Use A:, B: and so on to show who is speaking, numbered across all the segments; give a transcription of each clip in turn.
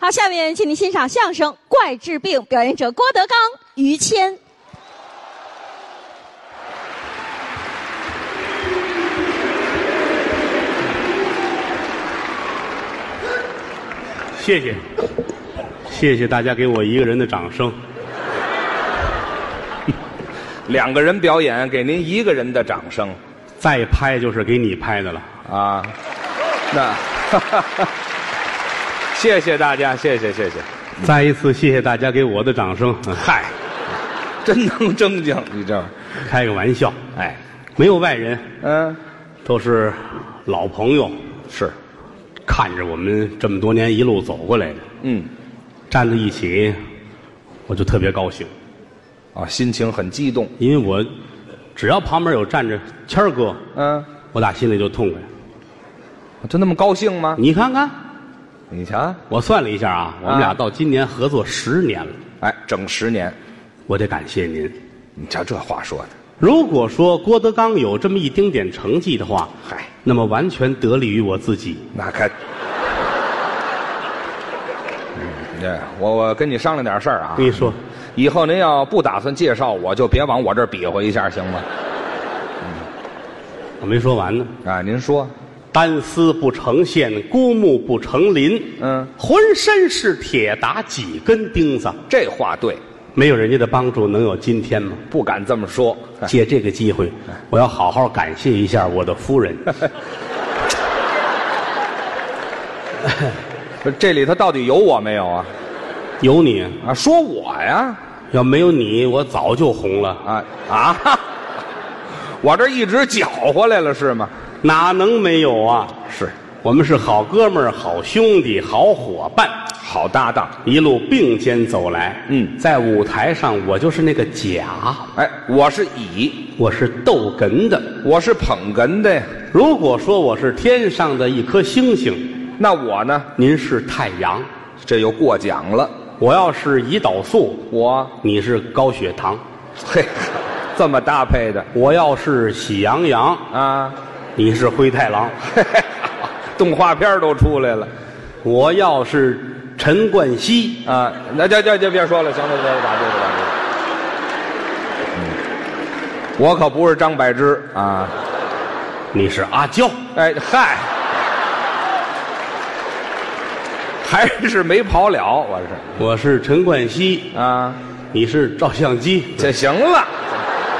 A: 好，下面请您欣赏相声《怪治病》，表演者郭德纲、于谦。
B: 谢谢，谢谢大家给我一个人的掌声。
C: 两个人表演，给您一个人的掌声
B: 再拍就是给你拍的了，
C: 啊！那， 谢谢大家，谢谢谢谢，
B: 再一次谢谢大家给我的掌声。啊
C: 嗨，真能正经，你这，
B: 开个玩笑，
C: 哎，
B: 没有外人，
C: 嗯，
B: 都是老朋友，
C: 是，
B: 看着我们这么多年一路走过来的，
C: 嗯，
B: 站在一起，我就特别高兴，
C: 啊，心情很激动，
B: 因为我只要旁边有站着谦儿哥，
C: 嗯，
B: 我打心里就痛快。
C: 就那么高兴吗？
B: 你看看，
C: 你瞧，
B: 我算了一下啊，我们俩到今年合作十年了，
C: 哎，整十年，
B: 我得感谢您。
C: 你瞧这话说的，
B: 如果说郭德纲有这么一丁点成绩的话，
C: 嗨，
B: 那么完全得力于我自己。
C: 那可，嗯，这我我跟你商量点事儿啊，
B: 跟你说，
C: 以后您要不打算介绍我，就别往我这儿比划一下，行吗？
B: 我没说完呢。
C: 啊，您说，
B: 单丝不成线，孤木不成林。
C: 嗯
B: 浑身是铁，打几根钉子。
C: 这话对，
B: 没有人家的帮助，能有今天吗？
C: 不敢这么说。
B: 借这个机会，我要好好感谢一下我的夫人。
C: 不是哎这里头到底有我没有啊？
B: 有你，
C: 啊，说我呀，
B: 要没有你，我早就红了，
C: 啊啊，我这一直搅和来了是吗？
B: 哪能没有啊？
C: 是，
B: 我们是好哥们儿、好兄弟、好伙伴。
C: 好搭档。
B: 一路并肩走来。
C: 嗯
B: 在舞台上，我就是那个甲，
C: 哎，我是乙，
B: 我是逗哏的。
C: 我是捧哏的呀。
B: 如果说我是天上的一颗星星，
C: 那我呢？
B: 您是太阳；
C: 这又过奖了。
B: 我要是胰岛素，
C: 我
B: 你是高血糖；
C: 嘿，这么搭配的
B: 我要是喜羊羊，
C: 啊，
B: 你是灰太狼；
C: 嘿嘿动画片儿都出来了
B: 我要是陈冠希，
C: 啊。那就就就别说了，行了，行了，打住了，打住了。嗯，我可不是张柏芝啊。
B: 你是阿娇。
C: 哎嗨，还是没跑了，我是
B: 我是陈冠希，
C: 啊，
B: 你是照相机，
C: 这行了，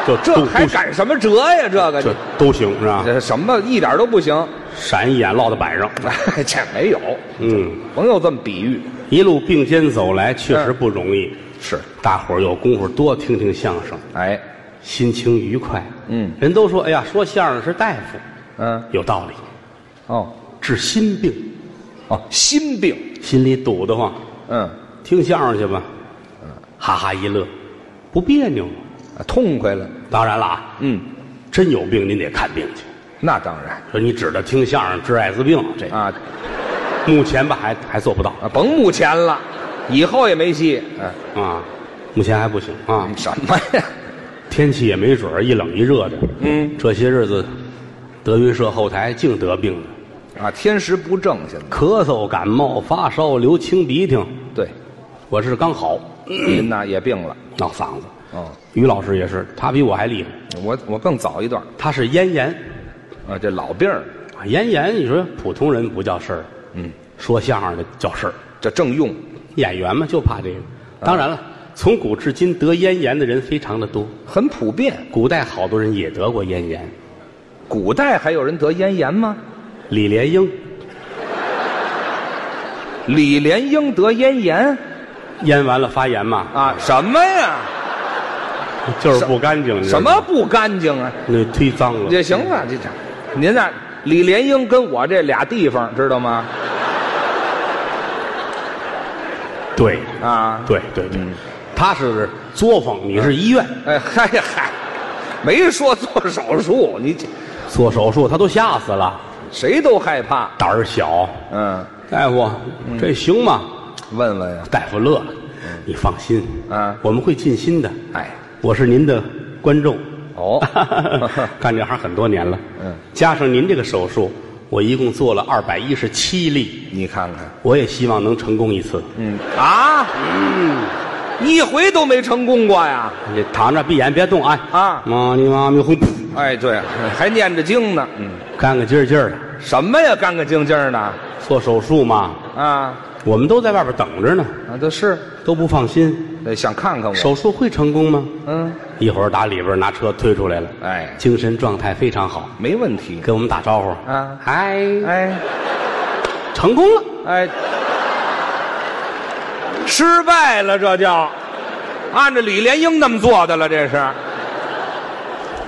B: 就
C: 这
B: 都
C: 还赶什么折呀？这个
B: 都这
C: 你
B: 都行是吧？
C: 这什么一点都不行，
B: 闪一眼落在板上，
C: 哎，这没有，
B: 嗯。
C: 甭有这么比喻，
B: 一路并肩走来，确实不容易。
C: 是，
B: 大伙儿有功夫多听听相声，
C: 哎，
B: 心情愉快。
C: 嗯
B: 人都说，哎呀，说相声是大夫，
C: 嗯，
B: 有道理，
C: 哦
B: 治心病，
C: 哦，心病，
B: 心里堵得慌，
C: 嗯，
B: 听相声去吧，哈哈一乐，不别扭。
C: 啊痛快了，
B: 当然了啊，
C: 嗯，
B: 真有病您得看病去。
C: 那当然
B: 说你指着听相声治艾滋病，这
C: 啊
B: 目前吧还还做不到
C: 啊，甭目前了，以后也没戏，嗯，
B: 啊，目前还不行啊。
C: 什么呀？
B: 天气也没准儿一冷一热的。嗯，这些日子，德云社后台净得病的，
C: 啊，天时不正，现在
B: 咳嗽、感冒、发烧、流清鼻涕。
C: 对，
B: 我是刚好
C: 您呐也病了，
B: 闹嗓子。
C: 哦。
B: 于老师也是，他比我还厉害。
C: 我我更早一段，
B: 他是咽炎，
C: 啊，这老病儿
B: 啊咽炎你说普通人不叫事儿，
C: 嗯，
B: 说相声的叫事儿。
C: 这正用，
B: 演员嘛就怕这个。当然了，从古至今得咽炎的人非常的多，
C: 很普遍。
B: 古代好多人也得过咽炎。
C: 古代还有人得咽炎吗？
B: 李莲英
C: 李莲英得咽炎
B: 咽完了发炎嘛，
C: 啊？什么呀？
B: 就是不干净。你知道
C: 什
B: 吗
C: 么不干净啊？
B: 那忒脏了。
C: 这行啊，这这，您呐，李莲英跟我这俩地方知道吗？
B: 对，
C: 啊，
B: 对对对
C: 嗯，
B: 他是作坊，你是医院
C: 哎嗨嗨，没说做手术，你这
B: 做手术，他都吓死了，
C: 谁都害怕。
B: 胆儿小。
C: 嗯，
B: 大夫，这行吗？
C: 问问呀，
B: 大夫乐了，你放心，
C: 嗯
B: 我们会尽心的。
C: 哎，
B: 我是您的观众，
C: 哦
B: 干这行很多年了，
C: 嗯，
B: 加上您这个手术，我一共做了二百一十七例，
C: 你看看，
B: 我也希望能成功一次。
C: 嗯啊，一回都没成功过呀？
B: 你躺着闭眼别动，哎
C: 啊
B: 妈你妈咪哄，
C: 哎，对，还念着经呢。嗯，
B: 干干净净的。
C: 什么呀？干干净净的
B: 做手术嘛，
C: 啊？
B: 我们都在外边等着呢，
C: 啊，这是
B: 都不放心。
C: 得想看看我。
B: 手术会成功吗？
C: 嗯，
B: 一会儿打里边拿车推出来了，
C: 哎，
B: 精神状态非常好，
C: 没问题。
B: 跟我们打招呼
C: 啊
B: 嗨，
C: 哎
B: 成功了。
C: 哎，失败了，这叫按照李莲英那么做的了，这是。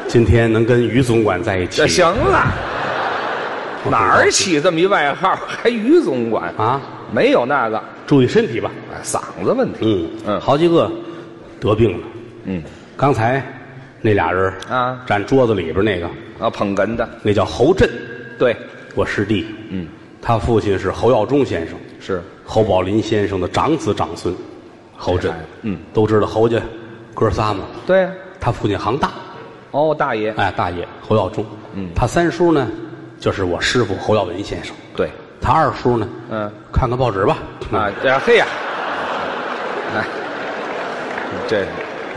B: 今天能跟于总管在一起
C: 这，行了，
B: 我很
C: 哪儿
B: 高兴
C: 起这么一外号？还于总管？
B: 啊？
C: 没有那个，
B: 注意身体吧。
C: 哎嗓子问题。
B: 嗯
C: 嗯
B: 好几个得病了。
C: 嗯，
B: 刚才那俩人
C: 啊
B: 站桌子里边那个，
C: 啊，捧哏的，
B: 那叫侯震，
C: 对，
B: 我师弟。
C: 嗯，
B: 他父亲是侯耀中先生，
C: 是
B: 侯宝林先生的长子长孙，侯震
C: 这孩子。嗯，
B: 都知道侯家哥仨嘛。
C: 对啊。
B: 他父亲行大，
C: 哦，大爷，
B: 哎，大爷侯耀中。嗯，他三叔呢，就是我师傅侯耀文先生。
C: 对，
B: 他二叔呢，
C: 嗯
B: 看看报纸吧。
C: 啊，这嘿呀，哎，这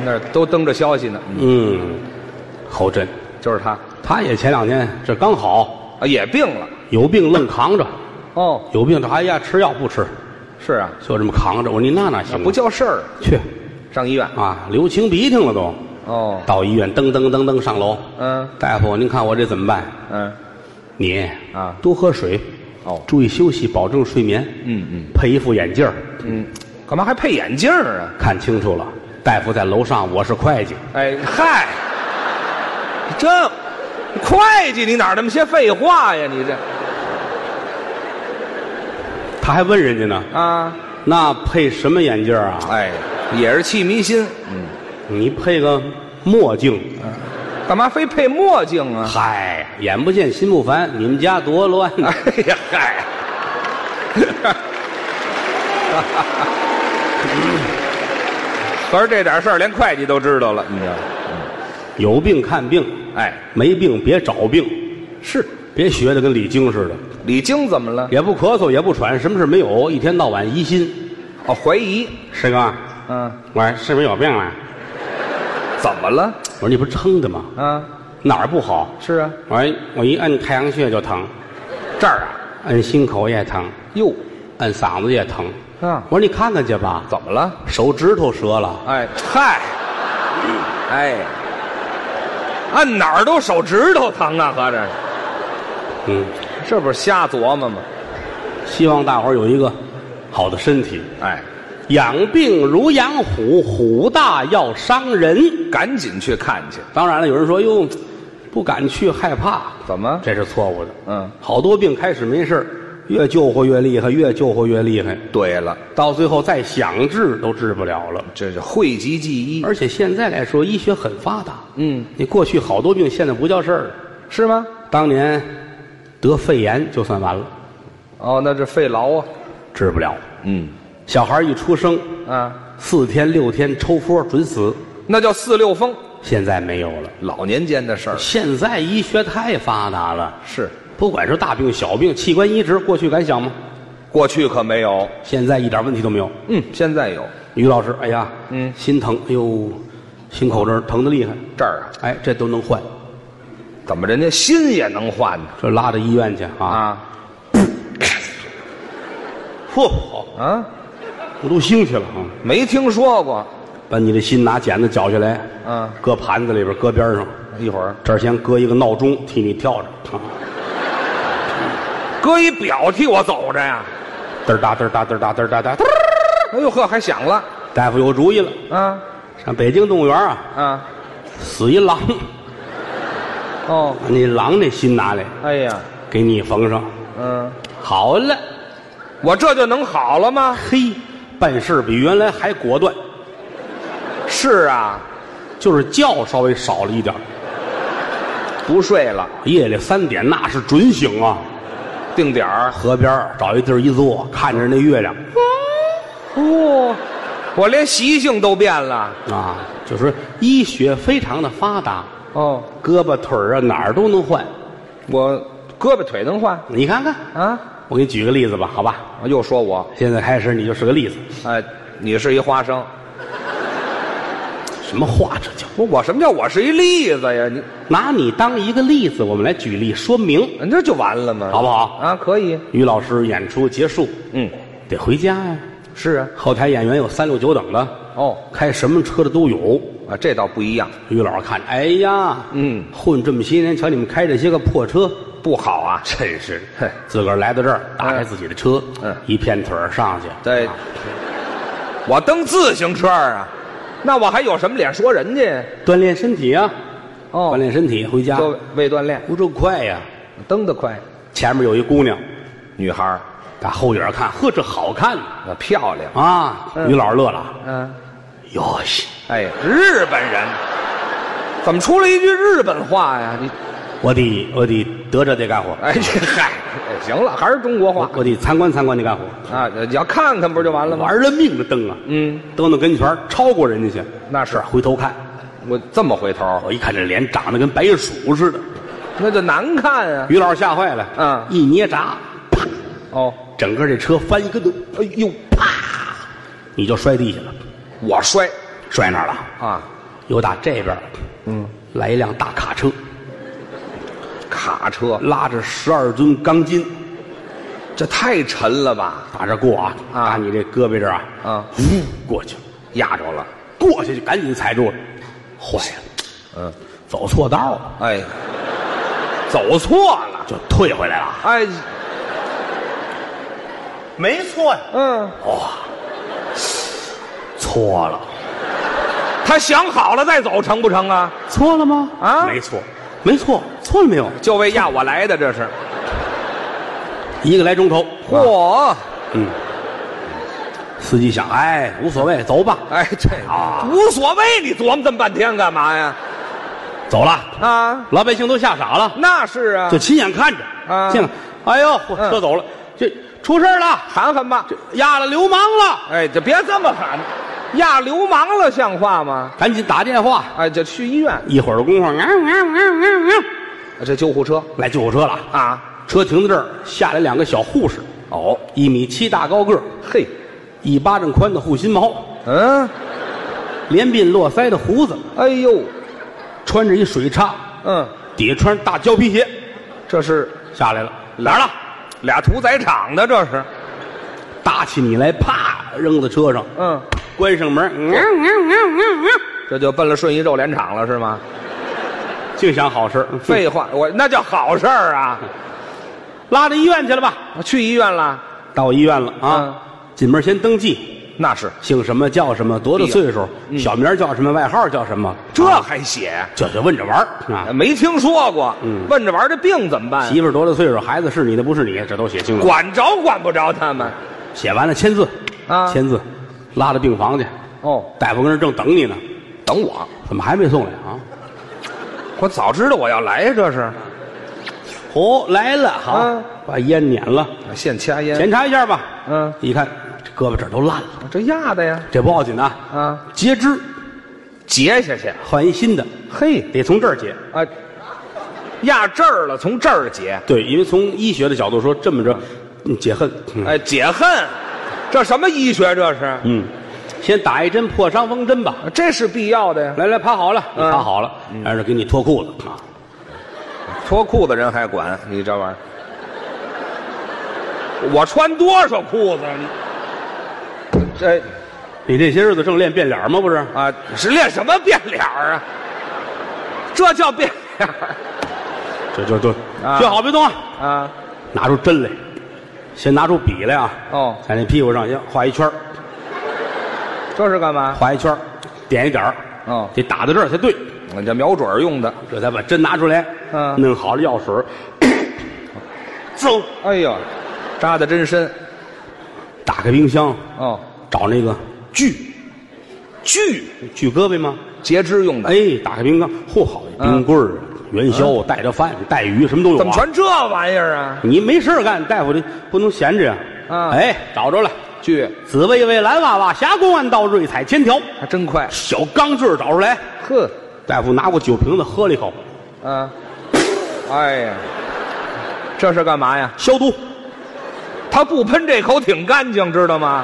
C: 那儿都登着消息呢，嗯
B: 嗯，侯震，
C: 就是他
B: 他也前两天这刚好，
C: 啊，也病了。
B: 有病愣扛着，
C: 哦，
B: 有病这哎呀吃药不吃，
C: 是啊，
B: 就这么扛着。我说你那哪行啊？
C: 不叫事儿，
B: 去
C: 上医院。
B: 啊，流清鼻涕了都。
C: 哦，
B: 到医院噔噔噔噔上楼，
C: 嗯
B: 大夫，您看我这怎么办？
C: 嗯，
B: 你
C: 啊
B: 多喝水，
C: 哦，
B: 注意休息，保证睡眠。
C: 嗯嗯
B: 配一副眼镜儿
C: 嗯，干嘛还配眼镜儿啊？
B: 看清楚了。大夫在楼上，我是会计。
C: 哎嗨，这会计你哪儿那么些废话呀？你这
B: 他还问人家呢，
C: 啊，
B: 那配什么眼镜儿啊？
C: 哎，也是气迷心。嗯，
B: 你配个墨镜。
C: 干嘛非配墨镜啊？
B: 嗨，眼不见心不烦，你们家多乱呐！
C: 哎呀嗨， 合着这点事儿连会计都知道了，你知道吗？
B: 有病看病，
C: 哎，
B: 没病别找病，
C: 是
B: 别学的跟李菁似的，
C: 李菁怎么了？
B: 也不咳嗽，也不喘，什么事没有，一天到晚疑心。
C: 哦，怀疑，
B: 师哥，
C: 嗯，
B: 我说是不是有病了？
C: 怎么了？
B: 我说你不是撑的吗？
C: 啊，
B: 哪儿不好？
C: 是啊，
B: 我说哎我一摁太阳穴就疼，
C: 这儿啊，
B: 摁心口也疼，
C: 哟，
B: 摁嗓子也疼。
C: 啊，
B: 我说你看看去吧，
C: 怎么了？
B: 手指头折了，
C: 哎，嗨，哎，按哪儿都手指头疼啊，合着
B: 嗯，
C: 这不是瞎琢磨吗？
B: 希望大伙儿有一个好的身体。
C: 哎，
B: 养病如养虎，虎大要伤人。
C: 赶紧去看去。
B: 当然了，有人说哟，不敢去，害怕，
C: 怎么？
B: 这是错误的。
C: 嗯，
B: 好多病开始没事儿越救活越厉害，越救活越厉害，
C: 对了，
B: 到最后再想治都治不了了。
C: 这是讳疾忌医，
B: 而且现在来说，医学很发达。
C: 嗯，
B: 你过去好多病现在不叫事儿了。
C: 是吗？
B: 当年得肺炎就算完了，
C: 哦，那这肺痨啊，
B: 治不了。
C: 嗯
B: 小孩一出生，
C: 啊，
B: 四天六天抽风准死，
C: 那叫四六风，
B: 现在没有了。
C: 老年间的事儿
B: 现在医学太发达了，
C: 是，
B: 不管是大病小病，器官移植，过去敢想吗？
C: 过去可没有，
B: 现在一点问题都没有。
C: 嗯，现在有
B: 于老师，哎呀，
C: 嗯
B: 心疼，哎呦，心口这儿疼的厉害，
C: 这儿啊，
B: 哎，这都能换，
C: 怎么人家心也能换呢？
B: 这拉到医院去啊！
C: 啊
B: 嚯、
C: 啊，
B: 我都兴去了啊！
C: 没听说过，
B: 把你的心拿剪子绞下来，
C: 嗯
B: 搁盘子里边，搁边上，
C: 一会儿
B: 这儿先搁一个闹钟替你跳着，啊，
C: 搁一表替我走着呀，
B: 嘚儿哒嘚儿哒嘚儿哒嘚儿哒哒，嘚儿
C: 哎呦呵，还响了
B: 大夫有主意了，
C: 啊
B: 上北京动物园啊，
C: 啊，
B: 死一狼，
C: 哦，
B: 把那狼那心拿来，
C: 哎呀，
B: 给你缝上，
C: 嗯、
B: 好了，
C: 我这就能好了吗？
B: 嘿，办事比原来还果断，
C: 是啊，
B: 就是觉稍微少了一点儿，
C: 不睡了，
B: 夜里三点那是准醒啊，
C: 定点儿。
B: 河边儿找一地儿一坐，看着那月亮
C: 哦，我连习性都变了。
B: 啊，就是医学非常的发达，
C: 哦，
B: 胳膊腿儿啊哪儿都能换，
C: 我胳膊腿能换
B: 你看看，
C: 啊？
B: 我给你举个例子吧，好吧？
C: 又说我，
B: 现在开始你就是个例子，
C: 哎，你是一花生，
B: 什么话这叫？
C: 不，我什么叫我是一例子呀？你
B: 拿你当一个例子，我们来举例说明，
C: 那就完了吗？
B: 好不好？
C: 啊，可以，
B: 于老师演出结束，
C: 嗯，
B: 得回家呀、
C: 是啊，
B: 后台演员有三六九等的，
C: 哦，
B: 开什么车的都有。
C: 啊，这倒不一样，
B: 于老师看，哎呀，
C: 嗯，
B: 混这么些年，瞧你们开这些个破车，
C: 不好啊，
B: 真是的
C: 嘿
B: 自个儿来到这儿，打开自己的车，
C: 嗯
B: 一片腿儿上去，啊
C: 对，我蹬自行车啊，那我还有什么脸说人家？
B: 锻炼身体啊，
C: 哦
B: 锻炼身体，回家
C: 都未锻炼，
B: 不这快呀、
C: 蹬得快，
B: 前面有一姑娘，
C: 女孩儿
B: 打后眼儿看，呵，这好看
C: 那漂亮，
B: 啊！
C: 嗯
B: 于老师乐了，
C: 嗯、
B: 哟西，
C: 哎，日本人怎么出了一句日本话呀？你
B: 我得我得得着这干活，
C: 哎，这嗨，哎行了，还是中国话
B: 我我得参观参观这干活，
C: 啊！你要看看不就完了吗？
B: 玩了命的蹬啊，
C: 嗯，
B: 蹬到跟前儿超过人家去，
C: 那是
B: 这儿回头看，
C: 我这么回头，
B: 我一看这脸长得跟白鼠似的，
C: 那就难看啊！
B: 于老师吓坏了，
C: 嗯
B: 一捏闸，啪，
C: 哦，
B: 整个这车翻一跟头，
C: 哎呦，
B: 你就摔地下了，
C: 我摔
B: 摔那儿了。
C: 啊，
B: 又打这边儿，
C: 嗯，
B: 来一辆大卡车，
C: 卡车
B: 拉着十二吨钢筋，
C: 这太沉了吧？
B: 打这过啊，
C: 啊
B: 打你这胳膊这儿啊，
C: 啊，
B: 呜过去了，
C: 压着了，
B: 过去就赶紧踩住了，坏了，
C: 嗯，
B: 走错道了，
C: 哎，走错了，
B: 就退回来了。
C: 哎，
D: 没错呀，
C: 嗯，
B: 错了，
C: 他想好了再走成不成啊？
B: 错了吗？
C: 啊
B: 没错，没错，错了没有？
C: 就为压我来的，这是。
B: 一个来钟头，啊
C: 嚯，
B: 嗯，司机想，哎，无所谓，走吧，
C: 哎，这
B: 啊
C: 无所谓，你琢磨这么半天干嘛呀？
B: 走了，
C: 啊，
B: 老百姓都吓傻了，
C: 那是啊
B: 就，亲眼看着，
C: 啊
B: 进来，哎呦，嚯
C: 嗯
B: 车走了，这出事儿了，
C: 喊喊吧。
B: 压了流氓了，
C: 哎，就别这么喊，压流氓了，像话吗？
B: 赶紧打电话，
C: 哎，就去医院，
B: 一会儿的功夫，啊啊啊啊啊
C: 这救护车
B: 来救护车了啊！
C: 啊，
B: 车停在这儿，下来两个小护士，
C: 哦，
B: 一米七大高个儿，
C: 嘿，
B: 一巴掌宽的护心毛，
C: 嗯，
B: 连鬓络腮的胡子，
C: 哎呦，
B: 穿着一水叉，
C: 嗯，
B: 底下穿着大胶皮鞋，
C: 这是
B: 下来了。哪儿了？
C: 俩屠宰场的，这是，
B: 搭起你来，啪扔在车上，
C: 嗯，
B: 关上门，嗯
C: 这就奔了顺义肉联厂了，是吗？
B: 净想好事。
C: 废话，我那叫好事儿啊，
B: 拉到医院去了吧？
C: 去医院了，
B: 到医院了
C: 嗯
B: 啊，进门先登记，
C: 那是，
B: 姓什么叫什么，多大岁数，小名叫什么，外号叫什么，
C: 嗯这还写？
B: 这就问着玩儿啊。
C: 没听说过，
B: 嗯
C: 问着玩儿这病怎么办啊？
B: 媳妇儿多大岁数，孩子是你的不是你，这都写清楚。
C: 管着管不着他们，
B: 写完了签字，
C: 啊
B: 签字，拉到病房去。
C: 哦，
B: 大夫跟那儿正等你呢，
C: 等我，
B: 怎么还没送来啊？
C: 我早知道我要来呀，这是，
B: 哦，来了，好，
C: 啊
B: 把烟捻了，
C: 现掐烟，
B: 检查一下吧。
C: 嗯
B: 一看这胳膊这儿都烂了，
C: 这压的呀，
B: 这不要紧啊，
C: 啊，
B: 截肢，
C: 截下去，
B: 换一新的，
C: 嘿，
B: 得从这儿截。
C: 啊，压这儿了，从这儿解，
B: 对，因为从医学的角度说，这么着，嗯解恨。嗯，
C: 哎，解恨，这什么医学这是？
B: 嗯，先打一针破伤风针吧。
C: 这是必要的呀，
B: 来来，趴好了，你
C: 嗯
B: 趴好了，然后给你脱裤子啊。
C: 脱裤子人还管你这玩意儿？我穿多少裤子啊？你这
B: 你这些日子正练变脸儿吗？不是，
C: 啊，是练什么变脸儿啊？这叫变脸儿
B: 这就对，
C: 啊
B: 学好别动啊！
C: 啊？
B: 拿出针来，先拿出笔来啊！
C: 哦
B: 在那屁股上先画一圈儿
C: 这是干嘛？
B: 画一圈儿点一点儿
C: 哦
B: 啊得打到这儿才对，
C: 我这瞄准儿用的。
B: 这才把针拿出来。
C: 嗯
B: 弄好了药水儿，走，
C: 哎呦，扎的真深
B: 打开冰箱，
C: 哦，
B: 找那个锯，
C: 锯
B: 锯胳膊吗？
C: 截肢用的。
B: 哎，打开冰箱，嚯，好一冰棍儿啊、元宵、带着饭、带鱼，什么都有、啊。
C: 嗯怎么全这玩意儿啊？
B: 你没事儿干，大夫这不能闲着呀。
C: 啊
B: 哎，找着了。
C: 锯
B: 紫薇薇蓝娃娃霞光万道瑞彩千条，
C: 还真快。
B: 小钢锯儿找出来，
C: 呵，
B: 大夫拿过酒瓶子喝了一口，
C: 啊，哎呀，这是干嘛呀？
B: 消毒。
C: 他不喷这口挺干净，知道吗？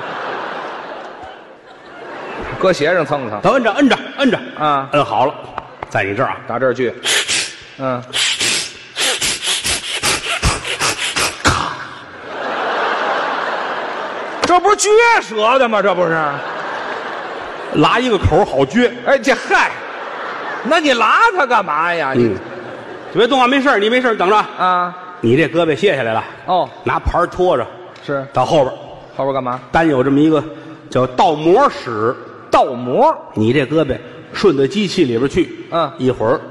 C: 搁鞋上蹭蹭，
B: 咱摁着，摁着，摁着，
C: 啊
B: 摁好了，在你这儿啊，
C: 打这儿 去。嗯，这不是撅舌的吗？这不是？
B: 拉一个口儿好撅。
C: 哎，这嗨，那你拉它干嘛呀？你、
B: 嗯，别动啊，没事儿你没事儿等着啊。
C: 啊，
B: 你这胳膊卸下来了，
C: 哦，
B: 拿盘儿托着，
C: 是
B: 到后边儿
C: 后边干嘛？
B: 单有这么一个叫倒模室，
C: 倒模，
B: 你这胳膊顺着机器里边去，
C: 嗯
B: 一会儿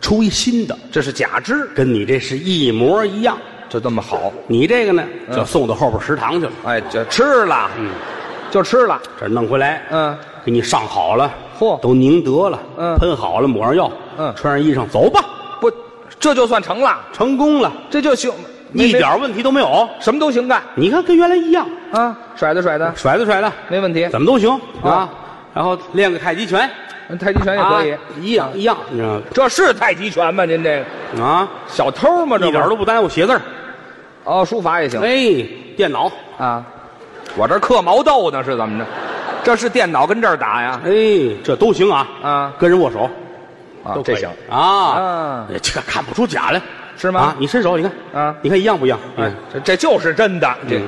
B: 出一新的，
C: 这是假肢，
B: 跟你这是一模一样。
C: 就这么好？
B: 你这个呢，就送到后边食堂去了，
C: 哎，这吃了，
B: 嗯，
C: 就吃了。
B: 这儿弄回来，
C: 嗯，
B: 给你上好了，
C: 嚯
B: 都凝得了，
C: 嗯
B: 喷好了，抹上药，
C: 嗯
B: 穿上衣裳，走吧，
C: 不，这就算成了，
B: 成功了，
C: 这就行，没
B: 一点儿问题都没有。
C: 没什么都行干
B: 你看跟原来一样，
C: 啊，甩的甩的，
B: 甩的甩的，
C: 没问题。
B: 怎么都行
C: 啊
B: 啊。然后练个太极拳
C: 太极拳也可以
B: 啊，，一样一样，你知道
C: 这是太极拳吗？您这个
B: 吗啊，
C: 小偷吗？这
B: 一点儿
C: 都
B: 都不耽误写字儿。
C: 哦，书法也行
B: 哎，电脑，
C: 啊。我这刻毛豆呢，是怎么着？这是电脑跟这儿打呀？
B: 哎，这都行啊
C: 啊
B: 跟人握手
C: 啊
B: 都，
C: 这
B: 可以
C: 行
B: 啊
C: 啊，
B: 这个看不出假来，
C: 是吗
B: 啊，你伸手，你看
C: 啊
B: 你看一样不一样？
C: 哎
B: 嗯，
C: 这这就是真的，这
B: 嗯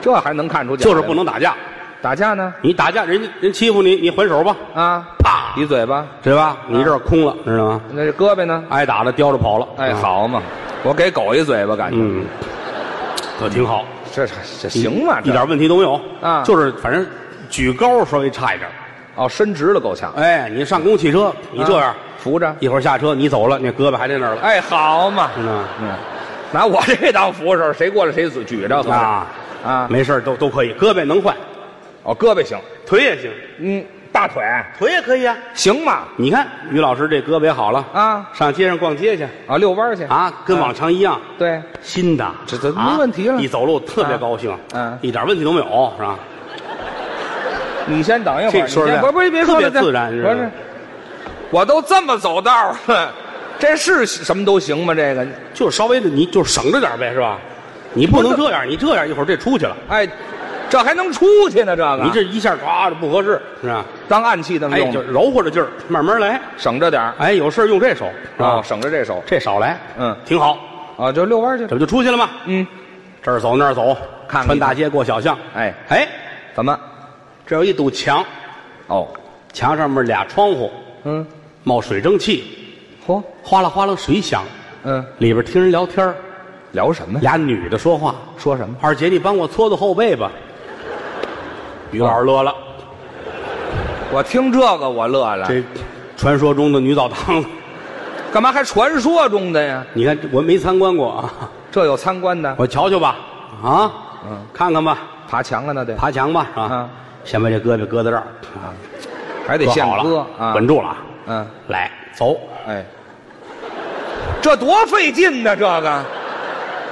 C: 这还能看出假来？
B: 就是不能打架，
C: 打架呢
B: 你打架人家人欺负你，你还手吧，
C: 啊，
B: 啪，
C: 一嘴巴，
B: 对吧？
C: 啊
B: 你这儿空了，知道吗？
C: 那这胳膊呢？
B: 挨打的叼着跑了，
C: 哎，
B: 啊，
C: 好嘛，我给狗一嘴巴，感觉
B: 嗯，可挺好。
C: 这这行啊，
B: 一点问题都没有
C: 啊
B: 就是反正举高稍微差一点儿。
C: 哦，伸直了够呛。
B: 哎，你上公汽车，你这样
C: 啊，扶着，
B: 一会儿下车你走了，那胳膊还在那儿了，
C: 哎，好嘛，
B: 真的
C: 嗯，拿我这当扶手，谁过来谁举举着合着
B: 啊
C: 啊，
B: 没事儿都都可以，胳膊能换，
C: 哦，胳膊行，
B: 腿也行，
C: 嗯，大腿
B: 腿也可以啊。
C: 行嘛，
B: 你看于老师这胳膊也好了
C: 啊
B: 上街上逛街去
C: 啊，遛弯儿去，
B: 啊，跟往常一样，
C: 对，
B: 新的，
C: 这这
B: 啊
C: 没问题了
B: 一走路特别高兴，
C: 啊
B: 一点问题都没有，是吧？
C: 你先等一会
B: 这
C: 儿，
B: 说实
C: 你
B: 在
C: 先不不别别说
B: 特
C: 了，
B: 别自然
C: 这
B: 是
C: 不
B: 吧
C: 是，我都这么走道儿了，这是什么都行吗？这个，
B: 就稍微的你就省着点儿呗，是吧？你不能这样，你这样一会儿这出去了，
C: 哎，这还能出去呢？这个，
B: 你这一下抓着不合适，是吧？
C: 当暗器那么
B: 哎，
C: 用
B: 就
C: 吗，
B: 揉和着劲儿，慢慢来。
C: 省着点儿
B: 哎，有事儿用这手
C: 啊，省着这手
B: 这少来，
C: 嗯
B: 挺好。
C: 啊，就遛弯儿去
B: 这，不就出去了吗？
C: 嗯，
B: 这儿走那儿走，
C: 看看
B: 穿大街过小巷。
C: 哎
B: 哎，
C: 怎么？
B: 这有一堵墙，
C: 哦，
B: 墙上面俩窗户
C: 嗯，
B: 冒水蒸气，
C: 嚯，
B: 哗啦哗啦水响，
C: 嗯，
B: 里边听人聊天儿
C: 聊什么呀？
B: 俩女的说话。
C: 说什么？
B: 二姐，你帮我搓搓后背吧。于老师乐了，
C: 我听这个我乐了，
B: 这传说中的女澡堂子，
C: 干嘛还传说中的呀？
B: 你看我没参观过啊，
C: 这有参观的，
B: 我瞧瞧吧，啊，
C: 嗯
B: 看看吧，
C: 爬墙啊，那得
B: 爬墙吧，啊
C: 嗯，
B: 先把这胳膊搁在这儿，啊，
C: 还得
B: 搁
C: 现
B: 好
C: 割
B: 了，
C: 啊，
B: 稳住了啊，
C: 嗯，
B: 来走，
C: 哎，这多费劲呢，这个，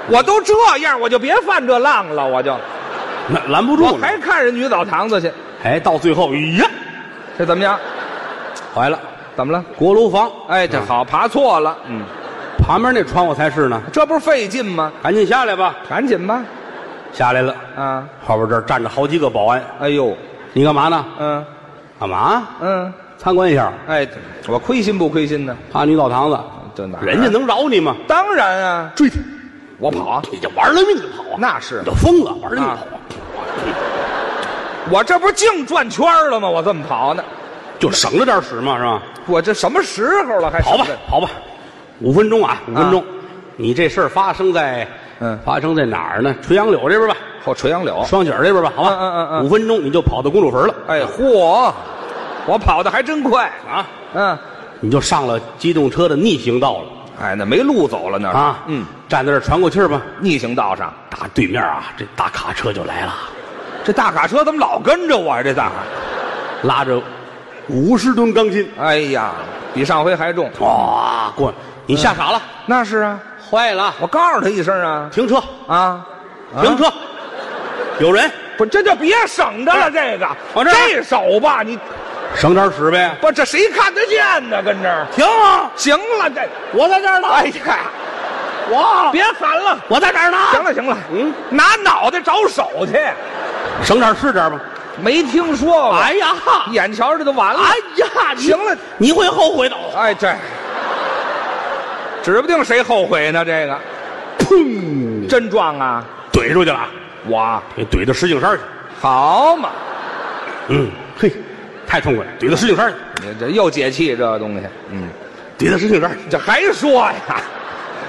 C: 我都这样，我就别犯这浪了，我就
B: 拦拦不
C: 我
B: 住呢，
C: 还看人女澡堂子去，
B: 哎，到最后，呀，
C: 这怎么样？
B: 坏了，
C: 怎么了？
B: 锅炉房，
C: 哎，这好，爬错了，嗯，
B: 旁边那窗户才是呢，
C: 这不是费劲吗？
B: 赶紧下来吧，
C: 赶紧吧，
B: 下来了，
C: 啊，
B: 后边这儿站着好几个保安，
C: 哎呦，
B: 你干嘛呢？
C: 嗯
B: 干嘛？
C: 嗯，
B: 参观一下，
C: 哎，我亏心不亏心呢？
B: 啊，女澡堂子，
C: 这哪儿啊
B: 人家能饶你吗？
C: 当然啊，
B: 追他，
C: 我跑，
B: 你就玩了命的跑啊，
C: 那是
B: 你就疯了，玩了命地
C: 啊
B: 跑啊，
C: 我这不是净转圈儿了吗？我这么跑呢，
B: 就省着点使嘛，是吧？
C: 我这什么时候了还
B: 跑吧
C: 省着，
B: 跑吧，五分钟啊，五分钟。你这事儿发生在，
C: 嗯
B: 发生在哪儿呢？垂杨柳这边吧，
C: 后垂杨柳，
B: 双井这边吧，好吧，
C: 嗯嗯嗯嗯
B: 五分钟你就跑到公主坟了，
C: 哎嚯，我跑的还真快，
B: 啊，
C: 嗯，
B: 你就上了机动车的逆行道了
C: 哎，那没路走了那是
B: 啊，
C: 嗯，，
B: 站在这儿喘口气儿吧，
C: 逆行道上，
B: 打对面啊，这大卡车就来了，
C: 这大卡车怎么老跟着我啊呀、这大卡，
B: 拉着五十吨钢筋，
C: 哎呀，比上回还重，
B: 哇，过来，你吓傻了，
C: 那是啊，
B: 坏了，
C: 我告诉他一声啊，
B: 停车，
C: 啊，
B: 停车，有人，
C: 不，这就别省着了，这个，
B: 哎往这儿
C: 这手吧，你
B: 省点儿使呗，
C: 不这谁看得见呢？跟这儿，
B: 停啊，
C: 行了，这。
B: 我在这儿呢，
C: 哎呀，
B: 我
C: 别喊了，
B: 我在这儿呢。
C: 行，了行了，
B: 嗯，
C: 拿脑袋找手去，
B: 省点儿是点儿吧。
C: 没听说过，
B: 哎呀，
C: 眼瞧着就完了。
B: 哎呀，你
C: 行了，
B: 你会后悔的。哦
C: 哎，这，指不定谁后悔呢。这个
B: 砰，
C: 真撞啊！
B: 怼出去了，
C: 我
B: 给怼到石景山去。
C: 好嘛，
B: 嗯，嘿，太痛快了，怼到石景山去，
C: 你这又解气这东西。嗯，
B: 怼到石景山去。
C: 这还说呀？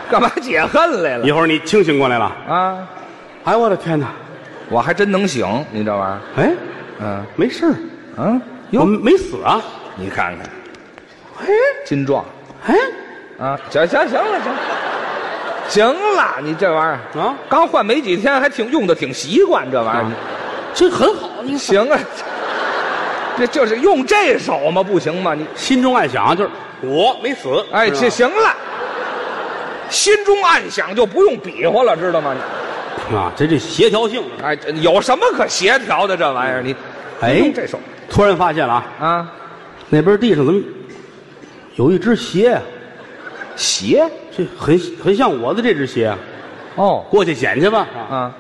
C: 干嘛解恨来了
B: 一会儿你清醒过来了，
C: 啊？
B: 哎，我的天哪！
C: 我还真能醒，你这玩意
B: 哎，
C: 儿，嗯
B: 没事儿，
C: 嗯，
B: 我没死啊。
C: 你看看
B: 哎
C: 金壮
B: 哎
C: 啊，行行行了行，行了，你这玩意儿
B: 啊
C: 刚换没几天，还挺用的挺习惯这玩意儿。
B: 啊，这很好，你
C: 行啊，这就是用这手嘛，不行吗？你
B: 心中暗想啊就是我没死。
C: 哎，
B: 是吧啊
C: 这行了，心中暗想就不用比划了，知道吗？
B: 啊，这这协调性。
C: 哎，这有什么可协调的这玩意儿？你
B: 哎
C: 用这手
B: 突然发现了啊，
C: 啊，
B: 那边地上怎么有一只鞋啊呀、
C: 鞋
B: 这很很像我的这只鞋啊，
C: 哦
B: 过去捡去吧。啊，
C: 啊，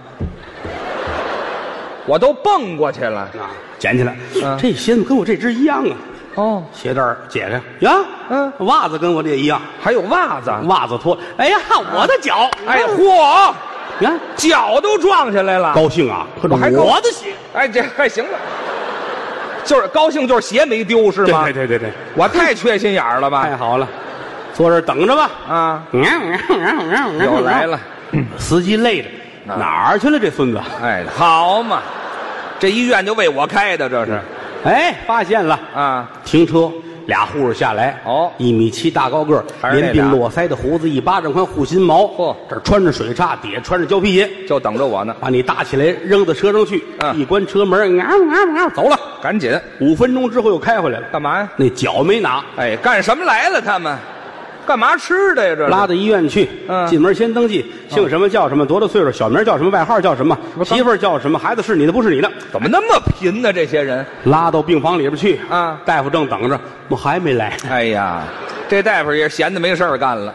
C: 我都蹦过去了
B: 啊捡起来，
C: 嗯
B: 这鞋怎么跟我这只一样啊？
C: 哦，
B: 鞋带儿解开呀，
C: 嗯啊
B: 袜子跟我这一样，
C: 还有袜子，
B: 袜子脱了，哎呀，我的脚，
C: 哎，嚯，
B: 你看，
C: 脚都撞下来了，
B: 高兴啊，可
C: 嗯我还高
B: 我的鞋，
C: 哎，这还行了，就是高兴，就是鞋没丢是
B: 对
C: 吗啊
B: 对？哎对对对，
C: 我太缺心眼儿了吧？
B: 太好了，坐这儿等着吧。
C: 啊，又
B: 又
C: 来了，，
B: 司机累着，
C: 啊
B: 哪儿去了这孙子？
C: 哎，好嘛，这医院就为我开的，这是
B: 哎，发现了，
C: 啊。
B: 停车，俩护士下来，
C: 哦
B: 一米七大高个
C: 还
B: 儿，
C: 是那
B: 连鬓
C: 俩哦
B: 络腮的胡子，一巴掌宽护心毛，
C: 嚯
B: 这儿穿着水叉，底下穿着胶皮鞋，
C: 就等着我呢，
B: 把你搭起来扔到车上去，
C: 嗯
B: 一关车门，啊啊啊，走了。
C: 赶紧
B: 五分钟之后又开回来了，
C: 干嘛呀？
B: 那脚没拿，
C: 哎，干什么来了？他们干嘛吃的呀？这是
B: 拉到医院去，
C: 嗯
B: 进门先登记，姓什么叫什么，多大岁数，小名叫什么，外号叫什么，媳妇儿叫什么，孩子是你的不是你的，
C: 怎么那么贫呢？这些人，
B: 拉到病房里边去。
C: 啊
B: 大夫正等着，我还没来。
C: 哎呀，这大夫也闲的没事儿干了。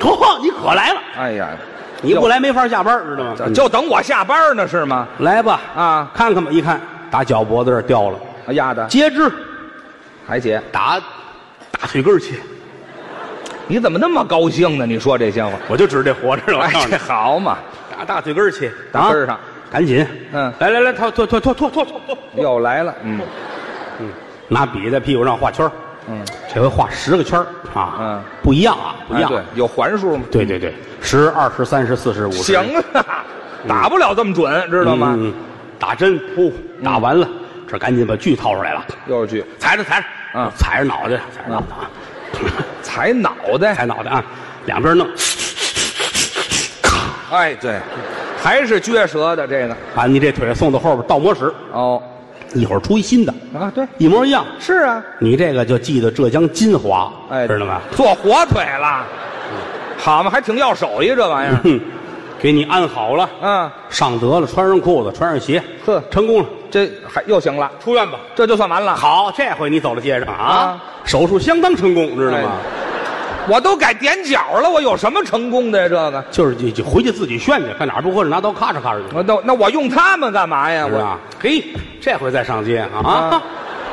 B: 嚯，你可来了，
C: 哎呀，
B: 你不来没法下班，知道吗？
C: 就就等我下班呢是吗？
B: 来吧，
C: 啊
B: 看看吧，一看打脚脖子这儿掉了，
C: 哎呀的，
B: 截肢，
C: 海姐，
B: 打大腿根儿去，
C: 你怎么那么高兴呢？你说 这些话，
B: 我就指这活着了，我
C: 哎
B: 告诉，你
C: 这好嘛，
B: 打大腿根儿去，
C: 打根儿上
B: 啊，赶紧，
C: 嗯
B: 来来来，脱脱脱脱脱脱脱脱，
C: 又来了，嗯
B: 拿笔在屁股上画圈儿
C: 嗯
B: 这回画十个圈儿啊，
C: 嗯，
B: 不一样啊，不一
C: 哎
B: 样，
C: 对，有环数吗？
B: 对对对，十、二十、三十、四十、五十，嗯
C: 行啊，打不了这么准，知
B: 知
C: 道吗？
B: 打针，噗，
C: 嗯
B: 打完了，这赶紧把锯掏出来 了，
C: 又去
B: 踩着踩着，
C: 嗯
B: 踩着脑袋，踩着脑袋啊，
C: 踩脑袋，
B: 踩脑袋啊，两边弄，
C: 哎，对，还是撅舌的这个。
B: 把你这腿送到后边倒模室，
C: 哦，
B: 一会儿出一新的，
C: 啊，对，
B: 一模一样。
C: 是啊，
B: 你这个就记得浙江金华，
C: 哎，
B: 知道吗？？
C: 做火腿了，
B: 嗯
C: 好嘛，还挺要手艺这 玩意儿。
B: 哼，给你安好了，
C: 嗯，
B: 上得了，穿上裤子，穿上鞋，
C: 呵
B: 成功了，
C: 这还又行了，
B: 出院吧。
C: 这就算完了。
B: 好，这回你走到街上啊
C: 啊，哎
B: 手术相当成功，知道吗？
C: 我都改踮脚了，我有什么成功的呀？这个，
B: 就是你就回去自己炫去，看哪儿不合适拿刀咔嚓咔嚓去，
C: 我都那我用他们干嘛呀？
B: 是啊
C: 我
B: 吧？嘿，这回再上街啊
C: 啊
B: 啊！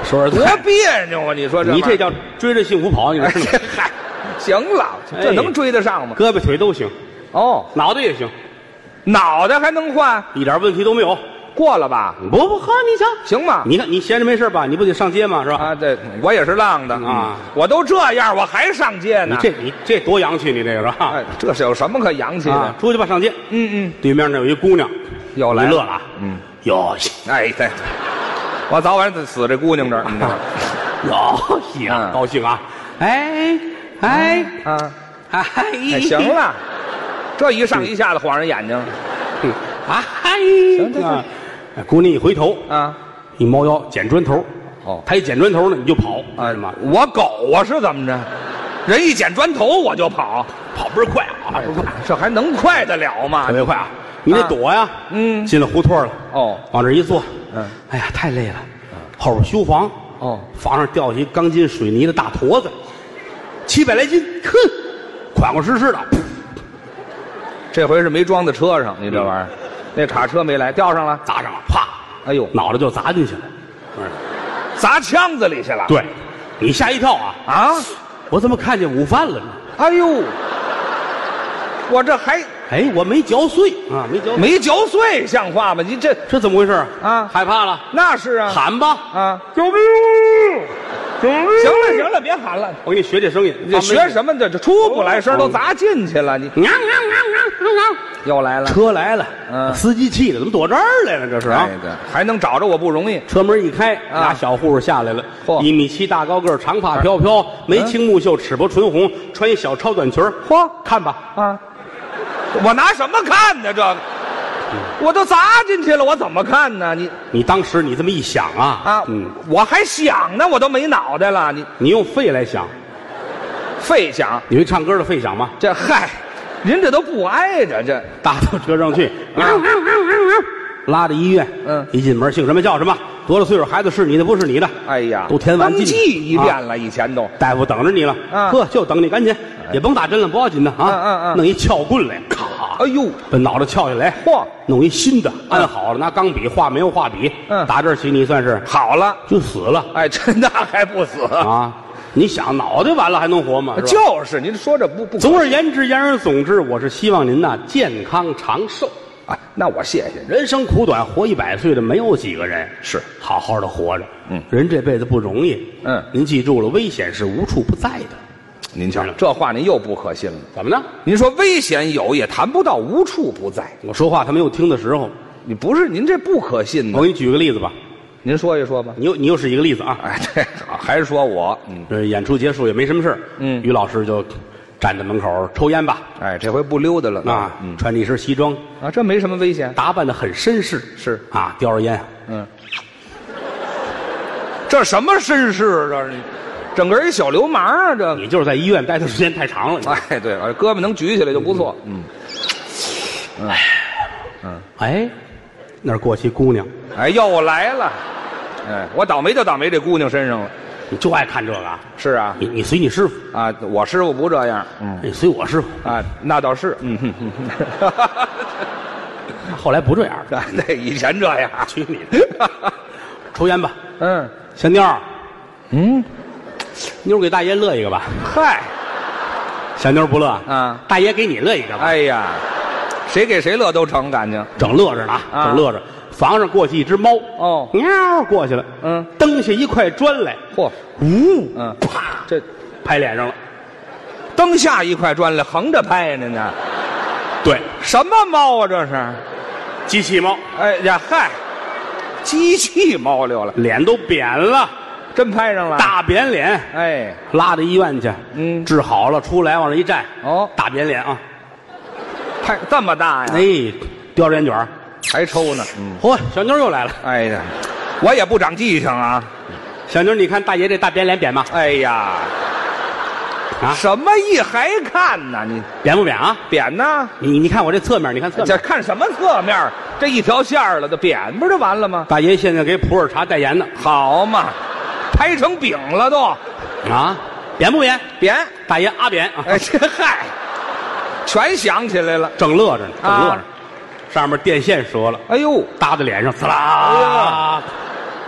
B: 说说
C: 多
B: 菜，
C: 别扭啊！你说这玩
B: 你
C: 意儿
B: 这叫追着幸福跑，你
C: 哎
B: 知道吗？
C: 嗨，行了， 这
B: 哎
C: 能追得上吗？
B: 胳膊腿都行，
C: 哦，
B: 脑袋也行，
C: 脑袋还能换，
B: 一点问题都没有。
C: 过了吧？
B: 不不呵，你瞧，
C: 行吗？
B: 你看你闲着没事吧？你不得上街吗？是吧？
C: 啊，对，我也是浪的
B: 啊
C: 我都这样，我还上街
B: 你
C: 呢。
B: 这你这多洋气，你这个是吧
C: 哎？，这是有什么可洋气
B: 啊
C: 的？，
B: 出去吧，上街。
C: 嗯
B: 对面那有一姑娘，
C: 嗯，又
B: 你
C: 来
B: 乐了啊？
C: 嗯，
B: 有戏，
C: 哎，对，我早晚得死这姑娘这儿，你知道吗？
B: 有戏啊
C: 嗯！
B: 高兴啊！哎哎
C: 啊，
B: 哎！
C: 哎，行，了，这一上一下的晃人眼睛
B: 嗯哎，
C: 行行
B: 啊哎姑娘一回头，
C: 啊
B: 一猫腰捡砖头，
C: 哦哎
B: 她一捡砖头呢，你就跑，知道吗？
C: 我狗啊是怎么着？人一捡砖头我就跑，
B: 跑倍儿快啊，倍儿快，
C: 这还能快得了吗
B: 特？别快啊！你得躲呀，
C: 哎嗯
B: 进了胡同了，
C: 哦
B: 往这一坐，
C: 嗯，
B: 哎呀，太累了，后边修房，
C: 哦，
B: 房上掉下一钢筋水泥的大坨子，七百来斤，哼，款款实实的，噗
C: 这回是没装在车上，你这玩意儿，
B: 嗯
C: 那卡车没来，吊上了，
B: 砸上了，啪，
C: 哎呦，
B: 脑袋就砸进去了。嗯
C: 砸腔子里去了。
B: 对，你吓一跳啊！
C: 啊，
B: 我怎么看见午饭了呢？
C: 哎呦，我这还
B: 哎，我没嚼碎啊，没嚼碎，
C: 没嚼碎，像话吗？你这
B: 这怎么回事
C: 啊
B: 害怕了，
C: 那是啊，
B: 喊吧！
C: 啊，
B: 救命！救命！
C: 行了行了，别喊了，
B: 我给你学这声音，
C: 你这学什么的？这出不来声，都砸进去了，你
B: 么？喵喵喵喵喵喵
C: 又来了。
B: 车来了，
C: 嗯
B: 司机气的，怎么躲这儿来了？这是啊。
C: 哎，对，还能找着我不容易。
B: 车门一开，
C: 啊
B: 俩小护士下来了，
C: 嚯啊
B: 一米七大高个儿，长发飘飘，眉清目秀，齿薄唇红，穿一小超短裙儿
C: 嚯
B: 看吧，
C: 啊，我拿什么看呢？这个，我都砸进去了，我怎么看呢？你
B: 你当时你这么一想啊，
C: 啊，
B: 嗯，
C: 我还想呢，我都没脑袋了，你
B: 你用肺来想，
C: 费想
B: 你会唱歌的肺想吗？
C: 这嗨，您这都不挨着这
B: 搭到车上去，啊拉着医院，
C: 嗯
B: 一进门姓什么叫什么，多大岁数孩子是你的不是你的，
C: 哎呀，
B: 都填完
C: 登记一遍
B: 啊
C: 了，以前都
B: 大夫等着你了，
C: 啊哎
B: 呵，就等你，赶紧，也甭打针了，不要紧的啊，
C: 嗯嗯嗯
B: 弄一撬棍来，咔，
C: 哎呦，
B: 把脑袋撬下来，
C: 嚯
B: 弄一新的，安好了，拿钢笔画没有画笔，
C: 嗯
B: 打这儿起你算是
C: 好了，
B: 就死了
C: 哎，这那还不死？
B: 啊！你想脑袋完了还能活吗？是吧
C: 就是您说这不不
B: 总而言之，言而总之，我是希望您呐健康长寿。
C: 啊，那我谢谢您。
B: 人生苦短，活一百岁的没有几个人
C: 是
B: 好好的活着。嗯，人这辈子不容易。
C: 嗯
B: 您记住了，危险是无处不在的。
C: 您瞧，这话您又不可信了。
B: 怎么呢？
C: 您说危险有，也谈不到无处不在。
B: 我说话他没有听的时候。
C: 你不是您这不可信呢
B: 我？给你举个例子吧，
C: 您说一说吧。
B: 你又你又是一个例子啊。
C: 哎，这好还是说我，嗯，
B: 这演出结束也没什么事儿
C: 嗯
B: 于老师就站在门口抽烟吧，
C: 哎，这回不溜达了
B: 啊，
C: 嗯
B: 穿着一身西装，
C: 啊，这没什么危险，
B: 打扮的很绅士，
C: 是
B: 啊，叼着烟，
C: 嗯。这什么绅士啊？这是，整个一小流氓啊！这
B: 你就是在医院待的时间太长了。
C: 哎，对，哎胳膊能举起来就不错。嗯，
B: 哎，那儿过去姑娘，
C: 哎，又来了，哎，我倒霉就倒霉这姑娘身上了。
B: 你就爱看这个啊，
C: 是啊，
B: 你你随你师傅，
C: 啊，我师傅不这样。嗯，
B: 你随我师傅，
C: 啊，那倒是。嗯哼哼哼，
B: 后来不这样了，
C: 啊对，以前这样。
B: 去你的， 抽烟吧，
C: 嗯
B: 小妞儿，
C: 嗯，
B: 妞儿给大爷乐一个吧，
C: 嗨，
B: 小妞儿不乐，
C: 啊，
B: 大爷给你乐一个吧，
C: 哎呀，谁给谁乐都成，感情。
B: 整乐着呢
C: 啊
B: 整乐着。房上过去一只猫，
C: 哦
B: 喵过去了，
C: 嗯，
B: 蹬下一块砖来，
C: 嚯，
B: 呜，
C: 嗯
B: 啪，
C: 这
B: 拍脸上了。
C: 灯下一块砖来，横着拍呢呢。
B: 对，
C: 什么猫啊这是？
B: 机器猫
C: 哎呀，嗨，机器猫溜了，
B: 脸都扁了，
C: 真拍上了。
B: 大扁脸，
C: 哎，
B: 拉到医院去，
C: 啊嗯
B: 治好了出来往那一站，
C: 哦
B: 大扁脸啊，
C: 拍这么大呀？
B: 哎，叼着烟卷儿，
C: 还抽呢。嗯，
B: 嚯，小妞儿又来了，
C: 哎呀，我也不长记性啊。
B: 小妞儿，你看大爷这大扁脸扁吗？
C: 哎呀，
B: 啊，
C: 什么意还看呢？你
B: 扁不扁啊？
C: 扁呢？
B: 你你看我这侧面，你看侧
C: 这
B: 面，
C: 看什么侧面儿？这一条线儿了，这扁不就完了吗？
B: 大爷现在给普洱茶代言呢，
C: 好嘛，拍成饼了都
B: 啊，扁不扁？
C: 扁。
B: 大爷阿扁啊，
C: 哎，这嗨，全想起来了。
B: 正乐着呢，正乐着
C: 啊
B: 呢，上面电线折了，
C: 哎呦，
B: 搭在脸上，滋
C: 哎
B: 啦
C: 呀，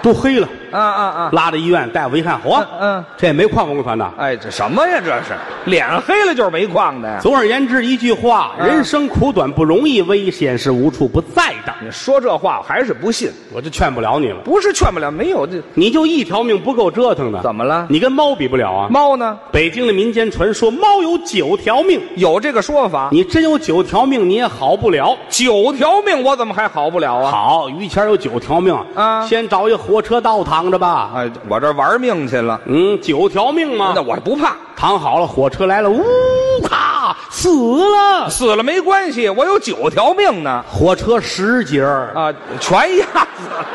B: 都黑了。
C: 啊啊啊！
B: 拉到医院，大夫一看，嚯，
C: 嗯嗯
B: 这也没矿工团呐。
C: 哎，这什么呀？这是脸黑了就是煤矿的呀？
B: 总而言之，一句话，
C: 嗯
B: 人生苦短不容易，危险是无处不在的。
C: 你说这话我还是不信，
B: 我就劝不了你了，
C: 不是劝不了，没有这
B: 你就一条命不够折腾的。
C: 怎么了
B: 你跟猫比不了啊！
C: 猫呢？
B: 北京的民间传说，猫有九条命，
C: 有这个说法，
B: 你真有九条命，你也好不了。
C: 九条命我怎么还好不了啊？
B: 好，于谦有九条命
C: 啊
B: 先找一火车道躺着吧。
C: 哎，我这玩命去了，
B: 嗯，九条命嘛
C: 那，我不怕，
B: 躺好了，火车来了，呜咔，死了。
C: 死了没关系，我有九条命呢。啊
B: 火车十节儿，
C: 啊，全压死了，